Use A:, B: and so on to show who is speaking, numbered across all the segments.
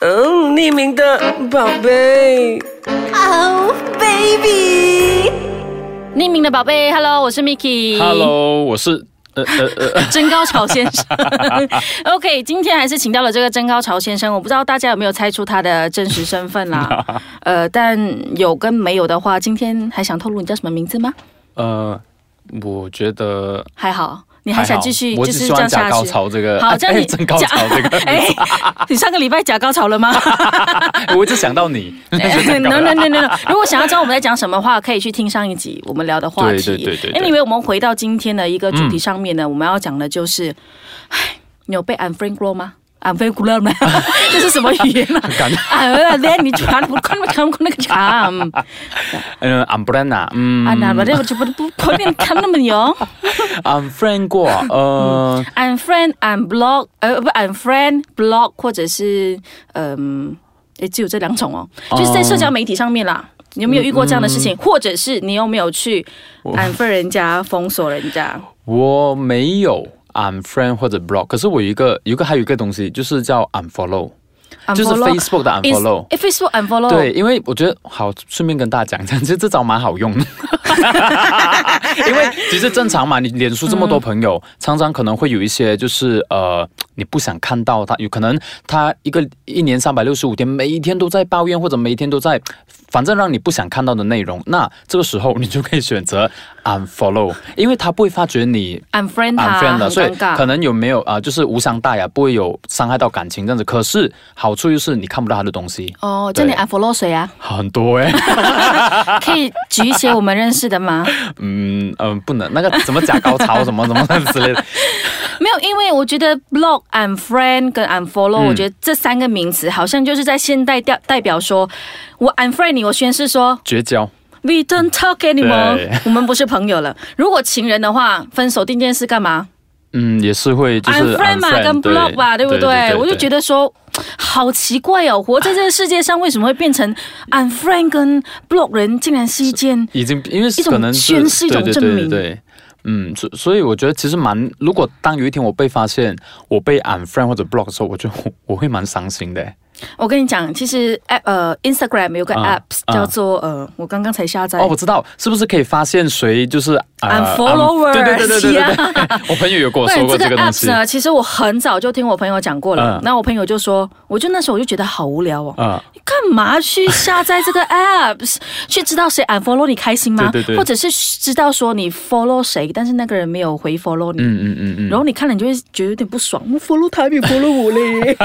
A: 嗯匿名的宝贝。
B: Oh baby，
C: 匿名的宝贝，Hello，我是 Miki。
D: Hello，我是呃呃呃，
C: 真高潮先生 ，OK，今天还是请到了这个真高潮先生。我不知道大家有没有猜出他的真实身份啦， 呃，但有跟没有的话，今天还想透露你叫什么名字吗？
D: 呃，我觉得
C: 还好，你还想
D: 好
C: 继续
D: 我
C: 就
D: 只
C: 是
D: 喜
C: 这样
D: 欢
C: 下
D: 假
C: 去
D: 高。潮这个，
C: 好，这样你
D: 真高潮这个，
C: 哎，你上个礼拜假高潮了吗
D: 啊哎我一直想到你，
C: ？No No No No No！如果想要知道我们在讲什么话，可以去听上一集我们聊的话题。
D: 对对对对对
C: Anyway，我们回到今天的一个主题上面呢，我们要讲的就是，唉，你有被 unfriend 过吗？unfriend 过吗？这是什么语言啊？
D: 感觉
C: 啊，那你全部看不看不那个长？
D: 嗯，umbrella，
C: 啊，那
D: 嗯
C: 我这我就不不不能看那么牛。
D: ，unfriend 过，呃，
C: unfriend、unblock，呃，不，unfriend、block，或者是嗯，也只有这两种哦，就是在社交媒体上面啦。你有没有遇过这样的事
D: 嗯
C: 情？或者是你有没有去 unfriend 人家、封锁人家？
D: 我没有 unfriend 或者 block，可是我有一个，有一个还有一个东西就是叫 unfollow，就是
C: unfollow
D: Facebook 的
C: Ins-
D: unfollow。
C: 诶 Facebook unfollow，
D: 对，因为我觉得好，顺便跟大家讲一下，其 实这招蛮好用的， 因为其实正常嘛，你脸书这
C: 嗯
D: 么多朋友，常常可能会有一些就是呃，你不想看到他，有可能他一个一年三百六十五天，每一天都在抱怨，或者每一天都在，反正让你不想看到的内容，那这个时候你就可以选择 unfollow，因为他不会发觉你
C: unfriend 他
D: unfriend 了，
C: 很
D: 所以
C: 尴尬。
D: 可能有没有啊、呃就是无伤大雅，不会有伤害到感情这样子。可是好处就是你看不到他的东西，
C: 哦，这里
D: 对
C: unfollow 谁啊？
D: 很多哎、
C: 可以举一些我们认识的 吗？
D: 嗯嗯、不能那个怎么假高潮什么什么之类的，
C: 没有，因为我觉得 block、unfriend 跟 unfollow，、我
D: 嗯
C: 觉得这三个名词好像就是在现代代代表说，我 unfriend 你，我宣誓说
D: 绝交。
C: we don't talk anymore，
D: 对
C: 我们不是朋友了。如果情人的话，分手第一件事干嘛、
D: 嗯，也是会就是
C: unfriend 嘛，
D: unfriend，
C: 跟 block 吧，对不对？我就觉
D: 得
C: 得说。好奇怪哦，活在这个世界上，为什么会变成 unfriend 跟 block 人竟然是一件
D: 已经因为
C: 一种
D: 可能是
C: 宣誓一种
D: 对对
C: 证
D: 对
C: 明
D: 对对嗯，所所以我觉得其实蛮，如果当有一天我被发现我被 unfriend 或者 block 的时候，我就我会蛮伤心的。
C: 我跟你讲，其实 app 呃 Instagram 有个
D: 啊
C: apps、
D: 啊
C: 叫做呃，我刚刚才下载
D: 哦，我知道，是不是可以发现谁就是呃
C: Unfollowers，
D: 对对对对对对对，我朋友有跟 我
C: 对
D: 说过这
C: 这
D: 个
C: 个
D: 东西
C: apps 呢，其实我很早就听我朋友讲过了
D: 嗯。
C: 那、我朋友就说，我就那时候我就觉得好无聊哦，
D: 啊，
C: 你干嘛去下载这个 apps 去知道谁 unfollow 你开心吗？
D: 对对对
C: 或者是知道说你 follow 谁，但是那个人没有回 follow 你。
D: 嗯嗯嗯嗯，
C: 然后你看了，你就会觉得有点不 爽。我 follow 他，没有 follow 我嘞。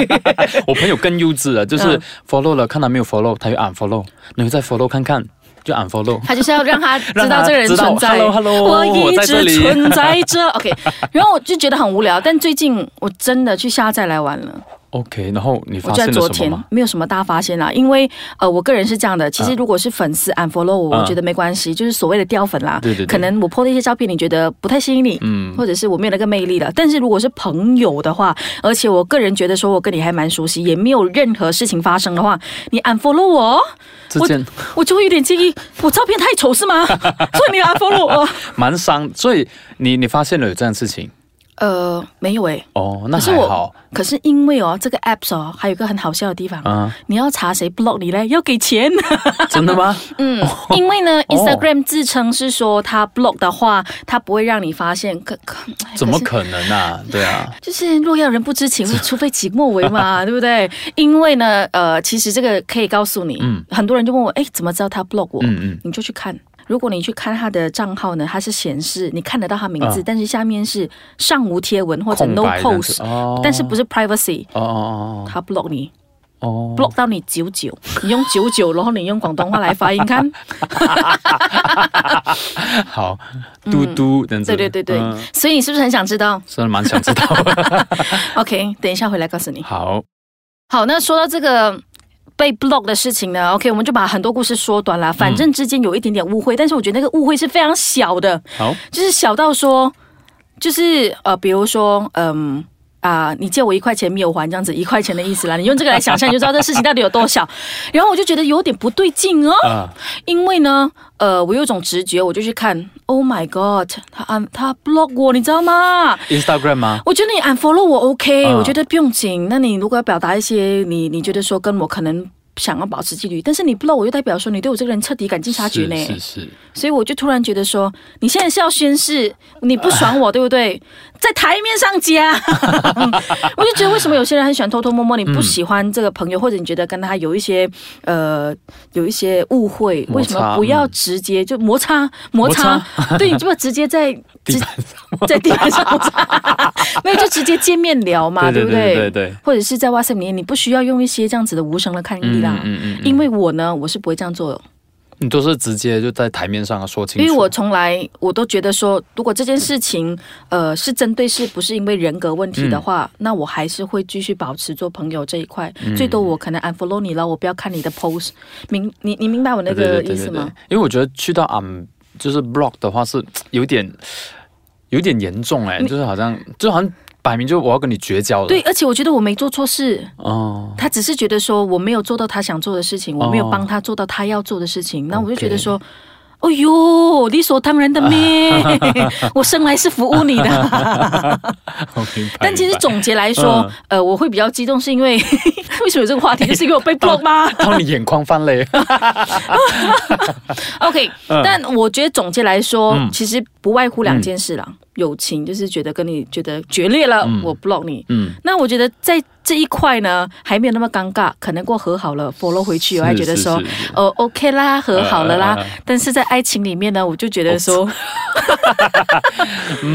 D: 我朋友更幼稚了，就是
C: 嗯
D: follow 了，看他没有 follow，他就 unfollow，然后再 follow 看看，就 unfollow。
C: 他就是要让他知
D: 让
C: 道
D: 他
C: 这个人
D: 知道
C: 存在。
D: ，“Hello，hello，
C: 我
D: 我
C: 一
D: 在这
C: 直
D: 里
C: 存在 着。OK，然后我就觉得很无聊，但最近我真的去下载来玩了。
D: OK，然后你
C: 我
D: 发
C: 在
D: 现
C: 昨
D: 了什
C: 天
D: 么吗？
C: 没有什么大发现啦，因为呃，我个人是这样的，其实如果是粉丝 unfollow 我，我
D: 啊
C: 觉得没关系，就是所谓的掉粉啦。
D: 对对对
C: 可能我 po 的一些照片，你觉得不太吸引你，嗯，或者是我没有那个魅力了。但是如果是朋友的话，而且我个人觉得说我跟你还蛮熟悉，也没有任何事情发生的话，你 unfollow 我，
D: 这
C: 我
D: 件
C: 我就会有点介意，我照片太丑是 吗？所以你 unfollow 我？
D: 蛮伤，所以你你发现了有这样的事情
C: 呃，没有诶、
D: 哦，那
C: 可是
D: 还
C: 我
D: 好，
C: 可是因为哦，这个 apps 哦，还有一个很好笑的地方，
D: 啊，
C: 你要查谁 block 你嘞，要给钱。
D: 真的 吗？
C: 嗯，因为呢
D: 哦
C: ，Instagram 自称是说它 block 的话，它不会让你发现。可可
D: 怎么？
C: 是
D: 可能啊？对啊，
C: 就是若要人不知 情，除非己莫为嘛，对不对？因为呢，呃，其实这个可以告诉你，
D: 嗯
C: 很多人就问我，哎，怎么知道他 block 我？
D: 嗯嗯，
C: 你就去看。如果你去看他的账号呢，它是显示你看得到他名字，
D: 啊
C: 但是下面是上无贴文或者
D: 空
C: no
D: 白这样子
C: post，、
D: 哦
C: 但是不是 privacy，
D: 哦哦
C: 他 block 你。
D: 哦哦
C: block 到你九九，你用九九，然后你用广东话来发音， 看，
D: 哦，好，嘟嘟这样
C: 嗯
D: 子，
C: 对对对对，
D: 嗯
C: 所以你是不是很想知道
D: 真的蛮 想知道。
C: ？OK，等一下回来告诉你。
D: 好，
C: 好，那说到这个。被 block 的事情呢？OK，我们就把很多故事缩短了。反正之间有一点点误会，但是我觉得那个误会是非常小的，
D: 好，
C: 就是小到说，就是呃，比如说，嗯、啊、你借我一块钱没有还，这样子一块钱的意思啦。你用这个来想象，你就知道这事情到底有多小。然后我就觉得有点不对劲哦，
D: 啊
C: 因为呢，呃，我有一种直觉，我就去看，Oh my God，他按他 block 我，你知道吗？
D: ，Instagram 吗？
C: 我觉得你 unfollow 我 OK，、
D: 嗯
C: 我觉得不用紧。那你如果要表达一些你你觉得说跟我可能想要保持距离，但是你不知道我，又代表说你对我这个人彻底赶尽杀绝
D: 是
C: 呢。
D: 是是，
C: 所以我就突然觉得说，你现在是要宣誓你不爽我，对不对？在台面上 加，我就觉得为什么有些人很喜欢偷偷摸摸，你
D: 嗯
C: 不喜欢这个朋友，或者你觉得跟他有一些呃有一些误会，
D: 摩擦
C: 为什么不要直接就摩擦摩擦？对，你就不要直接在
D: 地
C: 直
D: 板上
C: 在地板上摩 擦，没有就直接见面聊嘛，
D: 对
C: 不
D: 对对对对
C: 或者是在 WhatsApp 里面，你不需要用一些这样子的无声的抗议啦，
D: 嗯嗯嗯嗯
C: 因为我呢，我是不会这样做的。
D: 你都是直接就在台面上说清楚，
C: 因为我从来我都觉得说，如果这件事情呃是针对是不是因为人格问题的话，
D: 嗯
C: 那我还是会继续保持做朋友这一块。最多我可能 unfollow 你了，我不要看你的 post。明你你明白我那
D: 对对
C: 个
D: 对对
C: 意思
D: 对对
C: 吗？
D: 因为我觉得去到 um 就是 block 的话是有点有点严重哎、就是好像就好像摆明就我要跟你绝交了。
C: 对，而且我觉得我没做错事，
D: 哦，
C: 他只是觉得说我没有做到他想做的事情，我没有帮他做到他要做的事情，那我就觉得说。哎呦，理所当然的咩！ 我生来是服务你的。
D: 我明白
C: 但其实
D: 明白
C: 总结来说，
D: 嗯
C: 呃，我会比较激动，是因为 为什么有这个话题，就是因为我被 block 吗
D: 当你眼眶泛 泪，
C: ？OK，、但我觉得总结来说，
D: 嗯
C: 其实不外乎两件事啦，友情就是觉得跟你觉得决裂了，我 block 你。
D: 嗯，
C: 那我觉得在这一块呢，还没有那么尴尬，可能过和好了，follow 回去，我还觉得说
D: 是是是，
C: 哦，OK 啦，和好了啦。
D: 呃呃呃
C: 但是在爱情里面呢，我就觉得说，
D: 哦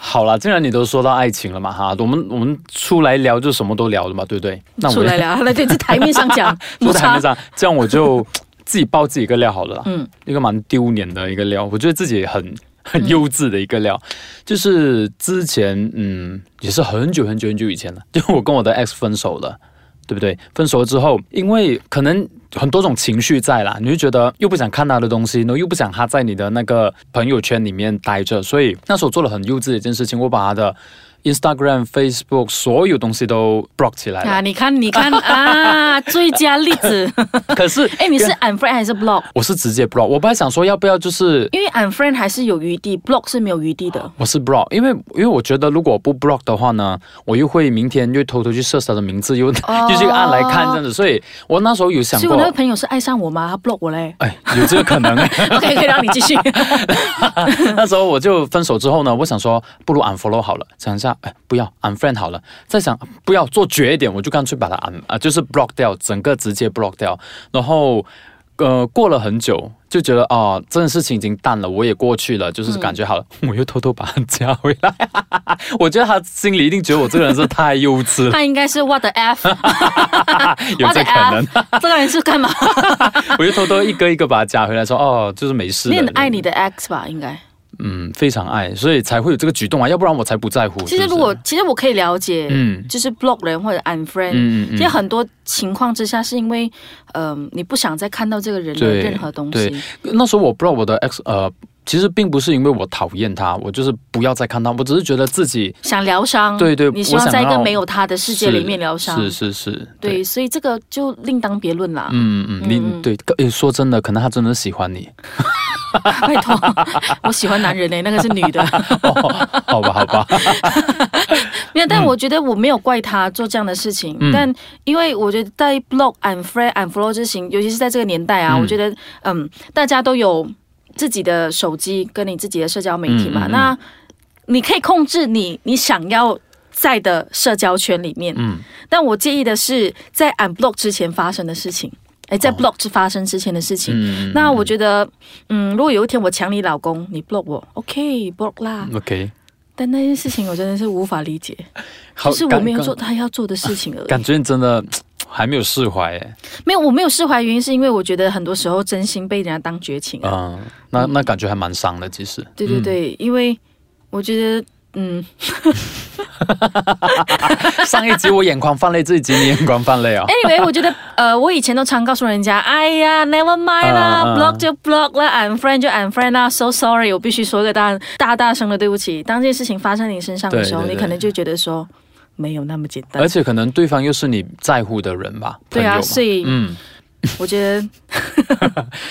D: 好啦，既然你都说到爱情了嘛，哈，我们我们出来聊就什么都聊的嘛，对不对？ 那我
C: 出来
D: 们
C: 了，那对，在台面上讲
D: 就
C: 摩
D: 在台
C: 擦
D: 面，上，这样我就自己爆自己一个料好了啦。
C: 嗯嗯
D: 嗯，一个蛮丢脸的一个料，我觉得自己很 很幼稚的一个料，就是之前嗯也是很久很久很久以前了， 就我跟我的 ex 分手了。对不对？分手了之后，因为可能很多种情绪在啦，你就觉得又不想看他的东西，然后又不想他在你的那个朋友圈里面待着，所以那时候我做了很幼稚的一件事情，我把他的 Instagram、Facebook 所有东西都 block 起 来
C: 啊，
D: 了。
C: 你看，你看啊，最佳例子。
D: 可是，
C: 哎，你是 unfriend 还是 block？
D: 我是直接 block，我本来想说要不要就是
C: 因为 unfriend 还是有余地，block 是没有余地的。
D: 我是 block，因为因为我觉得如果我不 block 的话呢，我又会明天又偷偷去 search 他的名字，又、 又去按来看这样子，所以我那时候有想
C: 所以我那
D: 过。
C: 个，朋哦友是爱上我吗？他 block 我嘞
D: 哎，有这个可能。
C: OK，可以让你继续。
D: 那时候我就分手之后呢，我想说不如 unfollow 好了，想一下，哎，不要 unfriend 好了，再想不要做绝一点，我就干脆把它 un 啊，就是 block 掉，整个直接 block 掉，然后呃过了很久。就觉得啊、这件事情已经淡了，我也过去了，
C: 嗯
D: 就是感觉好了， 我又偷偷把他加回来。 我觉得他心里一定觉得我这个人是太幼稚了，
C: 他应该是 what the f，
D: 有
C: what
D: 这
C: the
D: 可能
C: f，。这个 人是干嘛？
D: 我就偷偷一个一个把他加回来，说哦，就是没事的。
C: 你很爱你的 ex 吧？应该。
D: 嗯，非常爱，所以才会有这个举动啊，要不然我才不在乎。
C: 其实
D: 是不
C: 如
D: 是
C: 果其实我可以了解，
D: 嗯
C: 就是 block 人或者 unfriend，、
D: 嗯嗯嗯
C: 其实很多情况之下是因为，嗯、你不想再看到这个人的任何东
D: 对
C: 西。，
D: 那时候我不知道我的 X 呃，其实并不是因为我讨厌他，我就是不要再看他，我只是觉得自己
C: 想疗伤，
D: 对对
C: 你希望
D: 我想
C: 在一个
D: 要
C: 没有他的世界里面疗伤，
D: 是是是，
C: 对，。所以这个就另当别论啦。
D: 嗯嗯，你对，诶说真的，可能他真的喜 欢你，
C: 拜托，我喜欢男人嘞、欸那个是女的，
D: 哦好吧，好吧，
C: 没有。
D: 嗯
C: 但我觉得我没有怪他做这样的事情，但因为我觉得在 block and friend and follow 之行，尤其是在这个年代啊，我觉得嗯，大家都有自己的手机跟你自己的社交媒体嘛，
D: 嗯嗯嗯
C: 那你可以控制你你想要。在的社交圈里面，嗯，但我介意的是在 unblock 之前发生的事情，哎，在 block 之发生之前的事情，
D: 哦嗯
C: 那我觉得，嗯，如果有一天我抢你老公，你 block 我，OK，block、啦。
D: ，OK，
C: 但那件事情我真的是无法理解，
D: 好
C: 就是我没有做呃
D: 感啊
C: 他要做的事情而已。
D: 感觉你真的还没有释怀，诶。
C: 没有，我没有释怀，原因是因为我觉得很多时候真心被人家
D: 嗯呃
C: 当绝情啊。
D: 嗯，那那感觉还蛮伤的，其实，
C: 对对对，因为我觉得，嗯
D: 上一集我眼眶泛泪，这一集你眼眶泛泪 啊、
C: Anyway，我觉得呃，我以前都常告诉人家，哎呀，never mind 啦、
D: 嗯嗯
C: b l o c k 就 block 啦，unfriend 就 unfriend 啦，so sorry，我必须说一个大大大声的对不起。当这件事情发生在你身上的时候，
D: 对对对
C: 你可能就觉得说没有那么简单
D: 而。且可能对方又是你在乎的人吧，
C: 对
D: 朋
C: 啊，
D: 友嘛
C: 所以
D: 嗯，
C: 我觉得、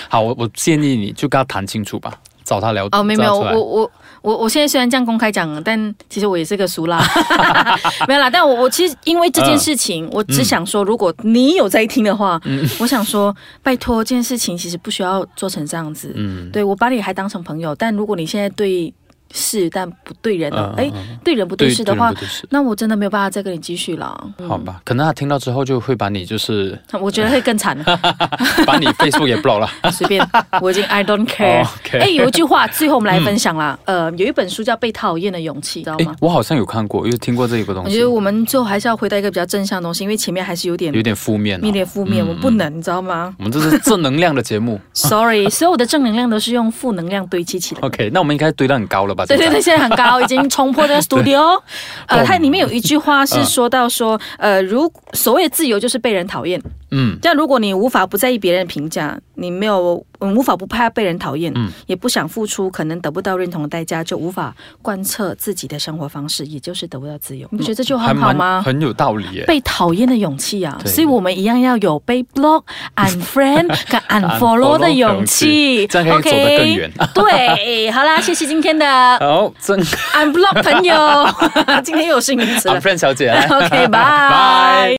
D: 好，我我建议你就跟他谈清楚吧，找他聊。
C: 哦，没有没有，
D: 找他出来
C: 我我我我现在虽然这样公开讲，但其实我也是个俗 辣， 没有啦。但我我其实因为这
D: 嗯
C: 件事情，我只想说，如果你有在听的话，
D: 嗯
C: 我想说，拜托，这件事情其实不需要做成这样子。
D: 嗯，
C: 对我把你还当成朋友，但如果你现在对事但不对人了，
D: 嗯
C: 哎、
D: 嗯
C: 对人不对
D: 对
C: 事的话嗯
D: 对人，不对事
C: 那我真的没有办法再跟你继续了。
D: 好吧，可能他听到之后就会把你就是
C: 我觉得会更惨，
D: 把你 Facebook 也 block 了。
C: 随便，我已经 I don't care。
D: 哦 OK 嗯
C: 哎、有一句话，最后我们来分享啦。呃，有一本书叫《被讨厌的勇气》，知道
D: 诶
C: 吗？
D: 我好像有看过，有听过这个东
C: 我
D: 西
C: 觉，得我们最后还是要回到一个比较正向的东西，因为前面还是有点
D: 有点负面、
C: 有
D: 哦。
C: 点负面，我不能，你知道 吗
D: 我们这是正能量的 节目。
C: ？Sorry，所有的正能量都是用负能量堆积起来的。
D: OK，那我们应该堆得很高了吧？
C: 对对
D: 现
C: 对，
D: 在
C: 现在很高，已经冲破这 个 studio。呃，它里面有一句话
D: 嗯
C: 是说到说，呃，如所谓的自由就是被人讨厌。
D: 嗯，
C: 但如果你无法不在意别人的评价，你没有，嗯，无法不怕被人讨厌，
D: 嗯
C: 也不想付出可能得不到认同的代价，就无法贯彻自己的生活方式，也就是得不到自由。你不觉得这句话
D: 还
C: 很好
D: 蛮
C: 吗？
D: 很有道理耶。
C: 被讨厌的勇气啊，
D: 对
C: 所以我们一样要有被 block、unfriend 跟 unfollow 的勇气，
D: 这样可以走得更远
C: OK，对，好啦，谢谢今天的
D: 好，正
C: unblock 朋友，今天又有新名词了。
D: ，friend 小姐来。
C: OK，拜
D: 拜